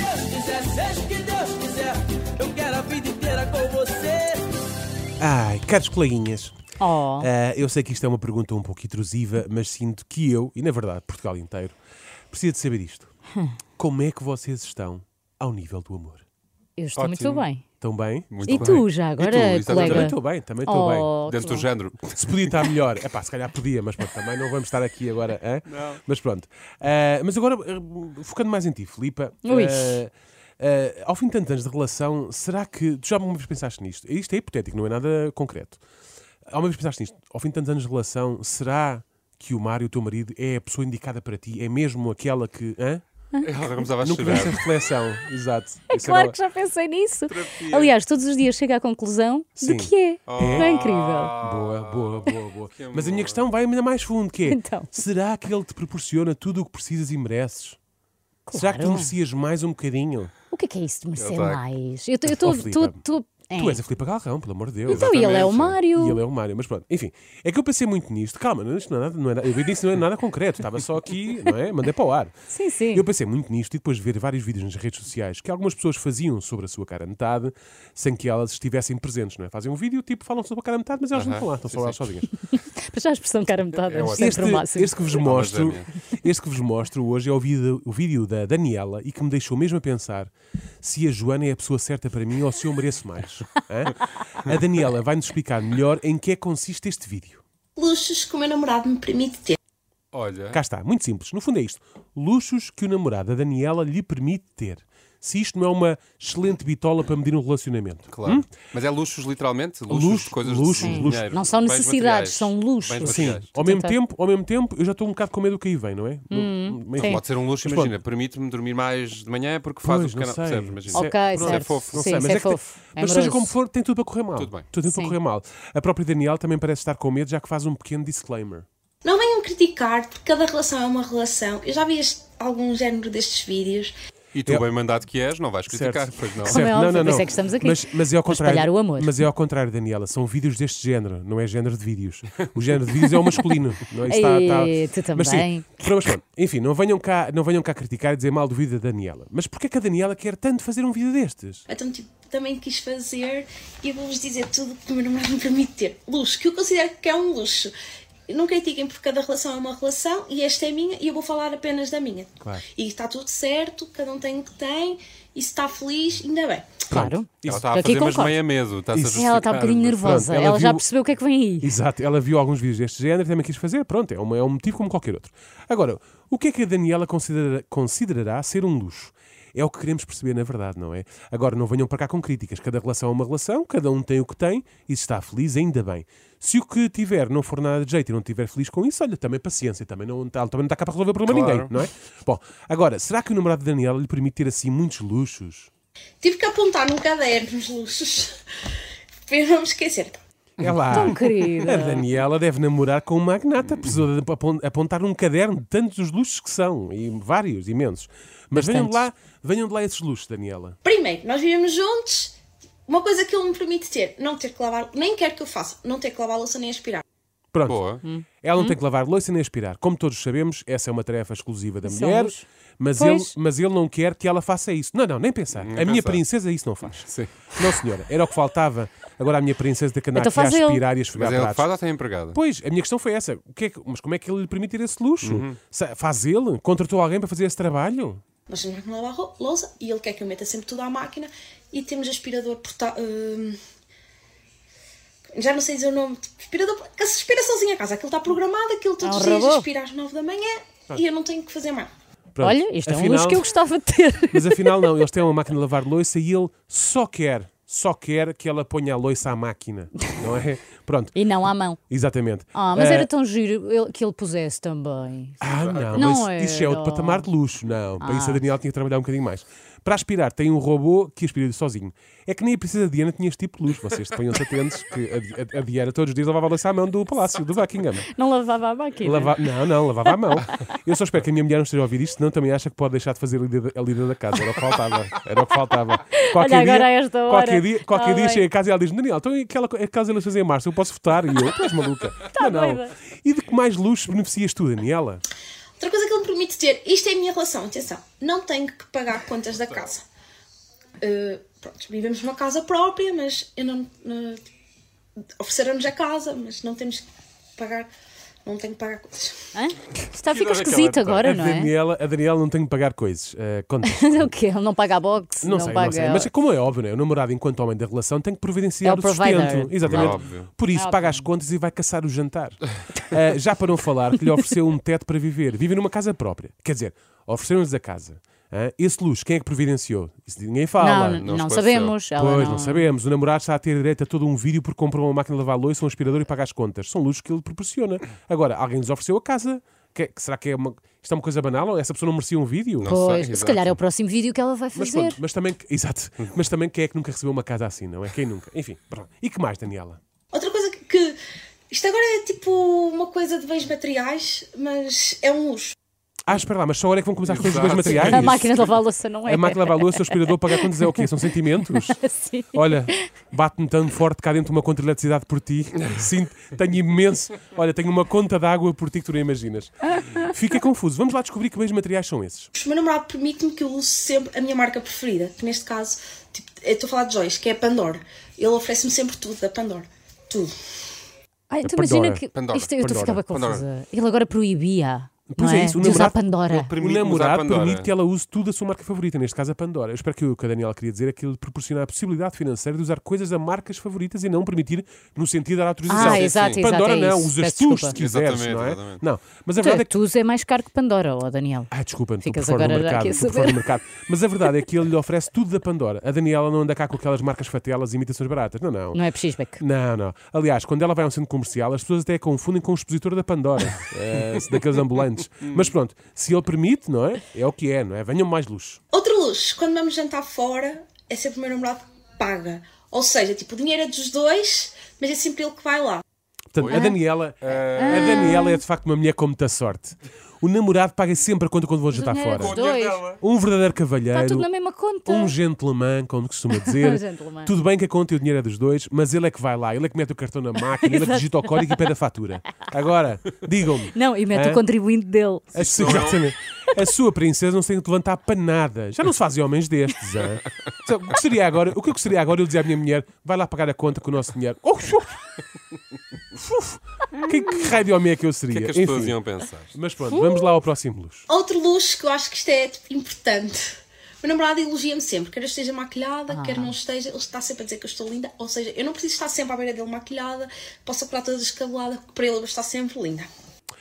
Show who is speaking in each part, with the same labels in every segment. Speaker 1: Seja o que Deus quiser, eu quero a vida inteira com você.
Speaker 2: Ai, caros coleguinhas.
Speaker 3: Oh.
Speaker 2: ah, eu sei que isto é uma pergunta um pouco intrusiva, mas sinto que eu, e na verdade Portugal inteiro, precisa de saber isto. Como é que vocês estão ao nível do amor?
Speaker 3: Eu estou
Speaker 4: Ótimo.
Speaker 3: muito bem.
Speaker 2: Estão Tá bem?
Speaker 4: Muito
Speaker 3: E
Speaker 4: bem.
Speaker 3: tu, já agora,
Speaker 4: exatamente.
Speaker 2: Também
Speaker 3: colega?
Speaker 2: estou bem, também estou bem.
Speaker 3: Oh, que
Speaker 4: Dentro do
Speaker 3: bom.
Speaker 4: género.
Speaker 2: Se podia estar melhor, é pá, se calhar podia, mas pronto, também não vamos estar aqui agora. hã? Mas pronto. Ah, mas agora, ah, focando mais em ti, Filipa,
Speaker 3: Ui.
Speaker 2: ah, ah, ao fim de tantos anos de relação, será que. Tu já uma vez pensaste nisto? Isto é hipotético, não é nada concreto. Alguma vez pensaste nisto? Ao fim de tantos anos de relação, será que o Mário, o teu marido, é a pessoa indicada para ti? É mesmo aquela que. hã?
Speaker 4: Ela começava a
Speaker 2: Nunca vi
Speaker 4: chorar.
Speaker 2: essa reflexão. Exato.
Speaker 3: É claro que já pensei nisso. Aliás, todos os dias chego à conclusão
Speaker 2: Sim. Oh.
Speaker 3: de que é. Não é incrível?
Speaker 2: Boa, boa, boa, boa.
Speaker 4: Ah, Que é um
Speaker 2: Mas é a minha
Speaker 4: amor.
Speaker 2: questão vai ainda mais fundo, que é,
Speaker 3: Então.
Speaker 2: será que ele te proporciona tudo o que precisas e mereces? Será que tu
Speaker 3: Claro.
Speaker 2: merecias mais um bocadinho?
Speaker 3: O que é que é isso de merecer
Speaker 4: tá-
Speaker 3: mais? Eu
Speaker 2: Oh,
Speaker 3: estou.
Speaker 2: Filipe,
Speaker 3: É.
Speaker 2: Tu és a Filipe Galrão, pelo amor de Deus.
Speaker 3: Então, e ele é o
Speaker 4: Exatamente.
Speaker 3: Mário.
Speaker 2: E ele é o Mário, mas pronto. Enfim, é que eu pensei muito nisto. Calma, não, isto não é nada, não é nada- eu disse não é nada concreto, estava só aqui, não é? Mandei para o ar.
Speaker 3: Sim, sim.
Speaker 2: Eu pensei muito nisto e depois de ver vários vídeos nas redes sociais que algumas pessoas faziam sobre a sua cara a metade sem que elas estivessem presentes, não é? Fazem um vídeo, tipo, falam sobre a cara a metade, mas elas não
Speaker 4: Aham,
Speaker 2: estão lá, estão só
Speaker 4: sim,
Speaker 2: elas
Speaker 4: sim.
Speaker 2: sozinhas.
Speaker 3: Mas já a expressão cara metade é,
Speaker 4: É ótimo.
Speaker 3: sempre
Speaker 2: Este,
Speaker 3: o máximo.
Speaker 2: este que vos
Speaker 4: Alma
Speaker 2: mostro,
Speaker 4: gêmea.
Speaker 2: este que vos mostro hoje é o vídeo, o vídeo da Daniela e que me deixou mesmo a pensar se a Joana é a pessoa certa para mim ou se eu mereço mais. hã? A Daniela vai-nos explicar melhor em que é que consiste este vídeo.
Speaker 5: luxos que o meu namorado me permite ter.
Speaker 4: Olha,
Speaker 2: Cá está, muito simples. No fundo é isto: luxos que o namorado da Daniela lhe permite ter. Se isto não é uma excelente bitola para medir um relacionamento.
Speaker 4: claro. Mas é luxos, literalmente? Luxos,
Speaker 2: Luxo,
Speaker 4: coisas
Speaker 2: luxos,
Speaker 4: de
Speaker 2: luxos.
Speaker 3: Hum?
Speaker 4: dinheiro,
Speaker 3: Não são
Speaker 4: bens
Speaker 3: necessidades,
Speaker 4: materiais,
Speaker 3: são luxos.
Speaker 4: bens
Speaker 2: Sim,
Speaker 4: materiais.
Speaker 2: ao mesmo
Speaker 3: Tentar.
Speaker 2: tempo, ao mesmo tempo, eu já estou um bocado com medo do que aí vem, não é? Enfim.
Speaker 3: Hum, Sim.
Speaker 4: Pode ser um luxo,
Speaker 2: Mas
Speaker 4: imagina. Permite-me dormir mais de manhã porque faz
Speaker 2: Pois,
Speaker 4: o pequeno.
Speaker 2: não sei.
Speaker 4: Percebes, imagina.
Speaker 2: Isso é-
Speaker 3: Ok,
Speaker 2: pronto,
Speaker 3: certo.
Speaker 4: é fofo.
Speaker 2: Não
Speaker 3: Sim,
Speaker 2: sei, mas
Speaker 3: isso é,
Speaker 2: é que tem-
Speaker 3: fofo. É
Speaker 2: Mas seja
Speaker 3: amoroso.
Speaker 2: como for, tem tudo para correr mal.
Speaker 4: Tudo bem.
Speaker 2: Tudo para
Speaker 3: Sim.
Speaker 2: correr mal. A própria Daniela também parece estar com medo, já que faz um pequeno disclaimer.
Speaker 5: Não venham criticar, porque cada relação é uma relação. Eu já vi este- algum género destes vídeos.
Speaker 4: E tu,
Speaker 2: É-
Speaker 4: bem mandado que és, não vais criticar,
Speaker 2: Certo.
Speaker 4: pois não.
Speaker 3: Como é óbvio, por isso é que estamos aqui.
Speaker 2: Mas, mas é ao
Speaker 3: Para
Speaker 2: contrário.
Speaker 3: espalhar o amor.
Speaker 2: Mas é ao contrário, Daniela. São vídeos deste género, não é género de vídeos. O género de vídeos é o masculino. Não é? Isso está- está-
Speaker 3: Ei, tu
Speaker 2: Mas sim,
Speaker 3: também.
Speaker 2: mas pronto. Enfim, não venham, cá, não venham cá criticar e dizer mal do vídeo da Daniela. Mas porquê que a Daniela quer tanto fazer um vídeo destes?
Speaker 5: Então, tipo, também quis fazer e eu vou-vos dizer tudo que o meu namorado me permite ter. Luxo, que eu considero que é um luxo. Não critiquem, porque cada relação é uma relação e esta é minha e eu vou falar apenas da minha.
Speaker 2: Claro.
Speaker 5: E está tudo certo, cada um tem o que tem e se está feliz, ainda bem.
Speaker 3: Claro.
Speaker 4: Ela está a
Speaker 3: Aqui
Speaker 4: fazer, mas
Speaker 3: concordo.
Speaker 4: meio a medo. Está-se a
Speaker 2: Isso.
Speaker 3: Ela está um
Speaker 4: justificar.
Speaker 3: bocadinho nervosa.
Speaker 2: ela
Speaker 3: ela já
Speaker 2: viu-
Speaker 3: percebeu o que é que vem aí.
Speaker 2: Exato, ela viu alguns vídeos deste género e também quis fazer. Pronto, é, uma- é um motivo como qualquer outro. Agora, o que é que a Daniela considera- considerará ser um luxo? É o que queremos perceber, na verdade, não é? Agora, não venham para cá com críticas. Cada relação é uma relação, cada um tem o que tem e se está feliz, ainda bem. Se o que tiver não for nada de jeito e não estiver feliz com isso, olha, também paciência, também não, tá- também não está cá para resolver o problema a
Speaker 4: Claro.
Speaker 2: ninguém, não é? Bom, agora, será que o namorado de Daniela lhe permite ter assim muitos luxos?
Speaker 5: Tive que apontar num caderno os luxos para eu não me esquecer.
Speaker 2: É lá.
Speaker 3: Tão querida.
Speaker 2: A Daniela deve namorar com um magnata, precisou de apon- apontar um caderno de tantos os luxos que são, e vários, imensos. Mas venham de, lá, venham de lá esses luxos, Daniela.
Speaker 5: Primeiro, nós vivemos juntos. Uma coisa que ele me permite ter, não ter que lavar, nem quer que eu faça, não ter que lavar a louça nem aspirar.
Speaker 2: Pronto.
Speaker 4: Boa.
Speaker 3: Hum.
Speaker 2: Ela não tem que lavar louça nem aspirar. Como todos sabemos, essa é uma tarefa exclusiva da
Speaker 3: Isso é um
Speaker 2: mulher,
Speaker 3: luxo.
Speaker 2: mas
Speaker 3: Pois.
Speaker 2: ele, mas ele não quer que ela faça isso. Não, não, nem pensar. a
Speaker 4: Nem
Speaker 2: minha
Speaker 4: pensar.
Speaker 2: princesa isso não faz.
Speaker 4: Sim.
Speaker 2: Não, senhora, era o que faltava. Agora a minha princesa tem que andar
Speaker 3: Então
Speaker 2: aqui a
Speaker 3: faz ele.
Speaker 2: aspirar e a
Speaker 4: Mas é
Speaker 2: esfregar
Speaker 4: ela
Speaker 2: pratos.
Speaker 4: faz ou tem empregada?
Speaker 2: Pois, a minha questão foi essa. O que é que- mas como é que ele lhe permite ter esse luxo? Sa- Faz ele? Contratou alguém para fazer esse trabalho?
Speaker 5: Nós temos que lavar a louça e ele quer que eu meta sempre tudo à máquina. E temos aspirador portátil. já não sei dizer o nome. Tipo, aspirador que se aspira sozinho a casa. Aquilo está programado, aquilo todos
Speaker 3: Ah,
Speaker 5: os dias
Speaker 3: robô.
Speaker 5: aspira às 9 da manhã e eu não tenho que fazer mais.
Speaker 2: Pronto,
Speaker 3: Olha, isto é um
Speaker 2: afinal-
Speaker 3: luxo que eu gostava de ter.
Speaker 2: Mas é- afinal não, eles têm uma máquina de lavar louça e ele só quer, só quer que ela ponha a louça à máquina, não é? Pronto,
Speaker 3: E não à mão.
Speaker 2: exatamente.
Speaker 3: Ah, mas
Speaker 2: Eh,
Speaker 3: era tão giro ele- que ele pusesse também.
Speaker 2: Ah, não,
Speaker 3: Não
Speaker 2: mas isso já é outro
Speaker 3: era. Ah.
Speaker 2: patamar de luxo. Não, para isso a Daniela tinha que trabalhar um bocadinho mais. Para aspirar, tem um robô que aspira sozinho. É que nem a princesa Diana tinha este tipo de luxo. Vocês ponham-se atentos que a, a- a Diana todos os dias lavava a louça à mão do palácio, do Buckingham.
Speaker 3: Não lavava a máquina.
Speaker 2: Lava- Não, não, lavava à mão. Eu só espero que a minha mulher não esteja a ouvir isto, senão também acha que pode deixar de fazer a líder, a líder da casa. Era o que faltava. Era o que faltava.
Speaker 3: agora a esta hora.
Speaker 2: Qualquer dia, qualquer
Speaker 3: Ah,
Speaker 2: dia
Speaker 3: bem.
Speaker 2: chega a casa e ela diz: Daniel, então e aquela co- a casa elas fazem em março, eu posso votar. E eu, tu és maluca. não, não.
Speaker 3: Tá doida.
Speaker 2: E de que mais luxo beneficias tu, Daniela?
Speaker 5: Outra coisa que ele me permite ter, isto é a minha relação, atenção, não tenho que pagar contas da casa. eh, pronto, vivemos numa casa própria, mas eu não. não- Ofereceram-nos a casa, mas não temos que pagar. Não tenho que pagar coisas.
Speaker 3: Hã? Está a
Speaker 2: é
Speaker 4: Agora
Speaker 3: ficar esquisito
Speaker 4: aquela-
Speaker 3: agora,
Speaker 2: a,
Speaker 3: não é?
Speaker 2: Daniela, a Daniela não tem que pagar coisas. Eh, conta.
Speaker 3: É o quê? Ele não paga a box,
Speaker 2: Não,
Speaker 3: não,
Speaker 2: sei,
Speaker 3: paga.
Speaker 2: não sei. Mas como é óbvio, né? o namorado, enquanto homem da relação, tem que providenciar
Speaker 3: É o
Speaker 2: o
Speaker 3: provider.
Speaker 2: sustento. Exatamente.
Speaker 4: É óbvio.
Speaker 2: Por isso,
Speaker 3: É
Speaker 2: paga as contas e vai caçar o jantar. Ah, já para não falar que lhe ofereceu um teto para viver. Vive numa casa própria. Quer dizer, ofereceram-lhes a casa. Ah, esse luxo, quem é que providenciou? Isso ninguém fala.
Speaker 3: não, não,
Speaker 4: não esclareceu.
Speaker 3: sabemos. Ela
Speaker 2: Pois,
Speaker 3: não...
Speaker 2: não sabemos. O namorado está a ter direito a todo um vídeo porque comprou uma máquina de lavar louça, um aspirador e paga as contas. São luxos que ele proporciona. Agora, alguém lhes ofereceu a casa. Que, que será que é uma, isto é uma coisa banal? Ou essa pessoa não merecia um vídeo?
Speaker 4: Não
Speaker 3: Pois,
Speaker 4: sei,
Speaker 3: se
Speaker 4: exato.
Speaker 3: calhar é o próximo vídeo que ela vai
Speaker 2: Mas
Speaker 3: fazer.
Speaker 2: pronto, mas também, exato, mas também quem é que nunca recebeu uma casa assim, não é? Quem nunca? Enfim, pronto. E que mais, Daniela?
Speaker 5: Outra coisa que- que. Isto agora é tipo uma coisa de bens materiais, mas é um luxo.
Speaker 2: Ah, espera lá, mas só agora é que vão começar as coisas dos
Speaker 4: Exato.
Speaker 2: materiais?
Speaker 3: a máquina de lavar louça não é.
Speaker 2: A máquina de lavar louça, o aspirador, pagar quantos é o quê? São sentimentos?
Speaker 3: Sim.
Speaker 2: Olha, bate-me tão forte cá dentro uma conta de eletricidade por ti. Sinto, tenho imenso. Olha, tenho uma conta de água por ti que tu não imaginas. Fica confuso. Vamos lá descobrir que bens materiais são esses.
Speaker 5: O meu namorado permite-me que eu use sempre a minha marca preferida, que neste caso, tipo, eu estou a falar de joias, que é a Pandora. Ele oferece-me sempre tudo da Pandora. Tudo.
Speaker 3: Ai, tu
Speaker 2: A Pandora.
Speaker 3: imagina que.
Speaker 4: Pandora,
Speaker 3: Isto é- eu tu
Speaker 2: Pandora,
Speaker 3: ficava
Speaker 4: Pandora.
Speaker 3: confusa. Ele agora proibia.
Speaker 2: Pois
Speaker 3: não
Speaker 2: é
Speaker 3: é,
Speaker 2: isso, o
Speaker 3: de usar
Speaker 2: namorado-
Speaker 3: Pandora.
Speaker 4: Ele permite
Speaker 2: o
Speaker 4: usar
Speaker 2: namorado
Speaker 4: Pandora.
Speaker 2: permite que ela use tudo a sua marca favorita, neste caso a Pandora. Eu espero que o que a Daniela queria dizer é que ele proporciona a possibilidade financeira de usar coisas a marcas favoritas e não permitir no sentido da autorização.
Speaker 3: Ah,
Speaker 4: sim,
Speaker 3: exato,
Speaker 4: sim.
Speaker 3: exato.
Speaker 2: Pandora
Speaker 3: é
Speaker 2: não,
Speaker 3: isso.
Speaker 2: usas
Speaker 3: Peço
Speaker 2: tu se
Speaker 3: desculpa.
Speaker 2: quiseres,
Speaker 4: Exatamente,
Speaker 2: não é?
Speaker 4: exatamente.
Speaker 2: Não, mas a
Speaker 3: Tu,
Speaker 2: verdade é que...
Speaker 3: tu é mais caro que Pandora, ó Daniel.
Speaker 2: Ah, desculpa, estou por
Speaker 3: Ficas
Speaker 2: fora do
Speaker 3: agora já
Speaker 2: mercado.
Speaker 3: aqui a
Speaker 2: estou por fora do
Speaker 3: saber.
Speaker 2: mercado. Mas a verdade é que ele lhe oferece tudo da Pandora. A Daniela não anda cá com aquelas marcas fatelas e imitações baratas. Não, não.
Speaker 3: Não é pechisbeck.
Speaker 2: Não, não. Aliás, quando ela vai a um centro comercial, as pessoas até a confundem com o expositor da Pandora, eh, daqueles ambulantes. Mas pronto, se ele permite, não é? É o que é, não é? Venham mais luxo.
Speaker 5: Outro luxo, quando vamos jantar fora, é sempre o meu namorado que paga. Ou seja, tipo, o dinheiro é dos dois, mas é sempre ele que vai lá.
Speaker 2: Portanto, a Daniela,
Speaker 3: Ah.
Speaker 2: a Daniela é de facto uma mulher com muita sorte. O namorado paga sempre a conta quando vão jantar
Speaker 3: não era
Speaker 2: fora.
Speaker 3: dos É, dois.
Speaker 2: Um verdadeiro
Speaker 3: Está tudo
Speaker 2: cavalheiro.
Speaker 3: na mesma conta.
Speaker 2: Um gentleman, como costuma dizer.
Speaker 3: Um gentleman.
Speaker 2: Tudo bem que a conta e o dinheiro é dos dois, mas ele é que vai lá, ele é que mete o cartão na máquina, ele é que digita o código e pede a fatura. Agora, digam-me.
Speaker 3: Não, e mete
Speaker 2: Hã?
Speaker 3: o contribuinte dele.
Speaker 2: A sua, É exatamente. A sua princesa não se tem de levantar para nada. Já não se fazem homens destes, hã? Sabe, O que seria agora? O que eu gostaria agora eu dizer à minha mulher: vai lá pagar a conta com o nosso dinheiro. Oh, fu- fu- que, que raio de homem é que eu
Speaker 4: O
Speaker 2: seria?
Speaker 4: que é que as
Speaker 2: Enfim,
Speaker 4: pessoas iam pensar?
Speaker 2: mas pronto, vamos lá ao próximo luz.
Speaker 5: Outro luxo que eu acho que isto é tipo, importante. O meu namorado elogia-me sempre, quer eu esteja maquilhada, quer não esteja, ele está sempre a dizer que eu estou linda. Ou seja, eu não preciso estar sempre à beira dele maquilhada, posso acordar toda descabelada, que para ele eu estou sempre linda.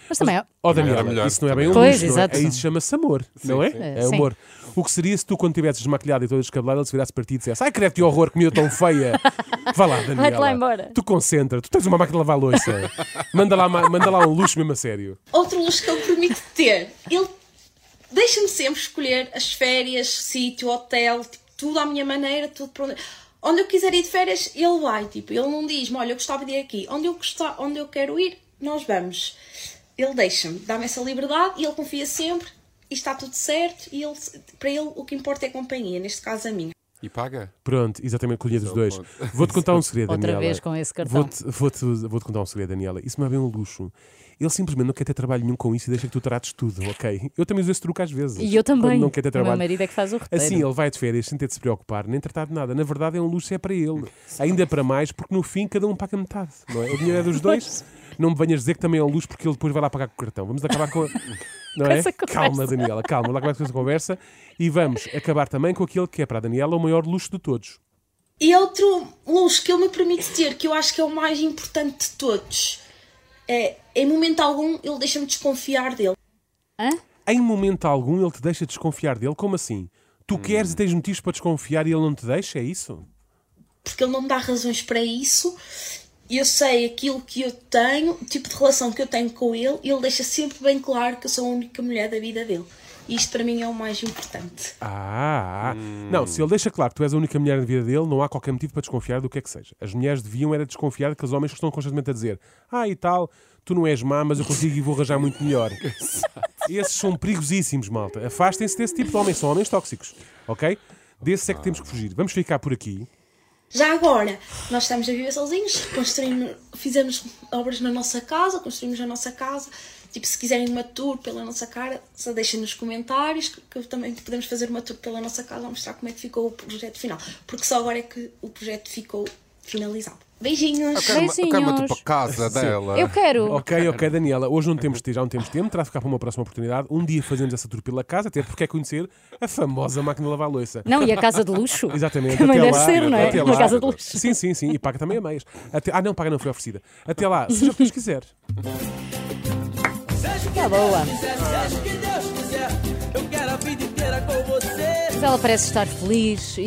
Speaker 3: Mas também é.
Speaker 2: Oh,
Speaker 4: Era
Speaker 2: Daniela,
Speaker 4: melhor,
Speaker 2: isso não é
Speaker 4: também.
Speaker 2: bem um
Speaker 3: Pois,
Speaker 2: luxo, não é?
Speaker 3: exato.
Speaker 2: É Isso chama-se amor, não é?
Speaker 4: sim.
Speaker 2: É
Speaker 3: Sim.
Speaker 2: amor. O que seria se tu, quando estivesse desmaquilhada e toda descabelada, ele se virasse para ti e dissesse Ai, credo, que horror, comida tão feia. Vá lá, Daniela.
Speaker 3: Vai-te lá embora.
Speaker 2: Tu concentra, tu tens uma máquina de lavar louça. manda, lá, ma- manda lá um luxo mesmo a sério.
Speaker 5: Outro luxo que ele permite ter. Ele deixa-me sempre escolher as férias, sítio, hotel, tipo, tudo à minha maneira, tudo para onde... Onde eu quiser ir de férias, ele vai. Tipo, ele não diz-me, olha, eu gostava de ir aqui. Onde eu, gostar, onde eu quero ir, nós vamos. Ele deixa-me, dá-me essa liberdade e ele confia sempre e está tudo certo. E ele, para ele, o que importa é a companhia, neste caso a minha.
Speaker 4: E paga?
Speaker 2: Pronto, exatamente, colhia dos
Speaker 4: é o
Speaker 2: dois.
Speaker 4: ponto.
Speaker 2: Vou-te contar um segredo,
Speaker 3: Outra
Speaker 2: Daniela.
Speaker 3: vez com esse cartão.
Speaker 2: Vou-te vou-te- vou-te contar um segredo, Daniela. Isso não é bem um luxo. Ele simplesmente não quer ter trabalho nenhum com isso e deixa que tu trates tudo, ok? Eu também uso esse truque às vezes.
Speaker 3: E eu também.
Speaker 2: Quando não quer ter
Speaker 3: O meu
Speaker 2: trabalho.
Speaker 3: marido é que faz o roteiro.
Speaker 2: Assim, ele vai de férias sem ter de se preocupar, nem tratar de nada. Na verdade, é um luxo, é para
Speaker 3: Hum.
Speaker 2: ele. Ainda é para mais, porque no fim cada um paga metade. Não é? O dinheiro é dos dois. Não me venhas dizer que também é um luxo, porque ele depois vai lá pagar com o cartão. Vamos acabar com. a- Não é?
Speaker 3: essa conversa.
Speaker 2: Calma, Daniela, calma. Vamos lá acabar com essa conversa. E vamos acabar também com aquele que é para a Daniela o maior luxo de todos.
Speaker 5: E outro luxo que ele me permite ter, que eu acho que é o mais importante de todos, é em momento algum ele deixa-me desconfiar dele.
Speaker 3: Hã?
Speaker 2: em momento algum ele te deixa desconfiar dele? Como assim? Tu
Speaker 3: Hum.
Speaker 2: queres e tens motivos para desconfiar e ele não te deixa? É isso?
Speaker 5: porque ele não me dá razões para isso. e Eu sei aquilo que eu tenho, o tipo de relação que eu tenho com ele, e ele deixa sempre bem claro que eu sou a única mulher da vida dele. E isto para mim é o mais importante.
Speaker 2: Ah, ah. não, se ele deixa claro que tu és a única mulher na vida dele, não há qualquer motivo para desconfiar do que é que seja. As mulheres deviam era desconfiar daqueles homens que estão constantemente a dizer: Ah, e tal, tu não és má, mas eu consigo e vou arranjar muito melhor. Esses são perigosíssimos, malta. Afastem-se desse tipo de homens, são homens tóxicos, ok? Desse é que temos que fugir. Vamos ficar por aqui.
Speaker 5: Já agora, nós estamos a viver sozinhos, construímos, fizemos obras na nossa casa, construímos a nossa casa, Tipo, se quiserem uma tour pela nossa cara, só deixem nos comentários que, que também podemos fazer uma tour pela nossa casa a mostrar como é que ficou o projeto final. Porque só agora é que o projeto ficou finalizado. Beijinhos!
Speaker 4: Eu quero uma- eu quero uma
Speaker 3: Beijinhos.
Speaker 4: tua casa dela.
Speaker 2: Ah.
Speaker 3: Eu quero.
Speaker 2: Ok, ok, Daniela. Hoje não temos tempo, já não temos tempo. Terá de ficar para uma próxima oportunidade. Um dia fazemos essa tour pela casa, até porque é conhecer a famosa máquina de lavar louça.
Speaker 3: Não, e a casa de luxo?
Speaker 2: Exatamente.
Speaker 3: Também
Speaker 2: até
Speaker 3: deve
Speaker 2: lá,
Speaker 3: ser, não é?
Speaker 2: até
Speaker 3: Uma
Speaker 2: lá.
Speaker 3: casa de luxo.
Speaker 2: Sim, sim, sim. E paga também a meias. Até... Ah, não, paga não foi oferecida. Até lá, seja o que Deus quiser.
Speaker 1: Seja o que
Speaker 3: Tá boa.
Speaker 1: Deus quiser, seja o que Deus quiser. Eu quero a vida inteira com você.
Speaker 3: Mas ela parece estar feliz e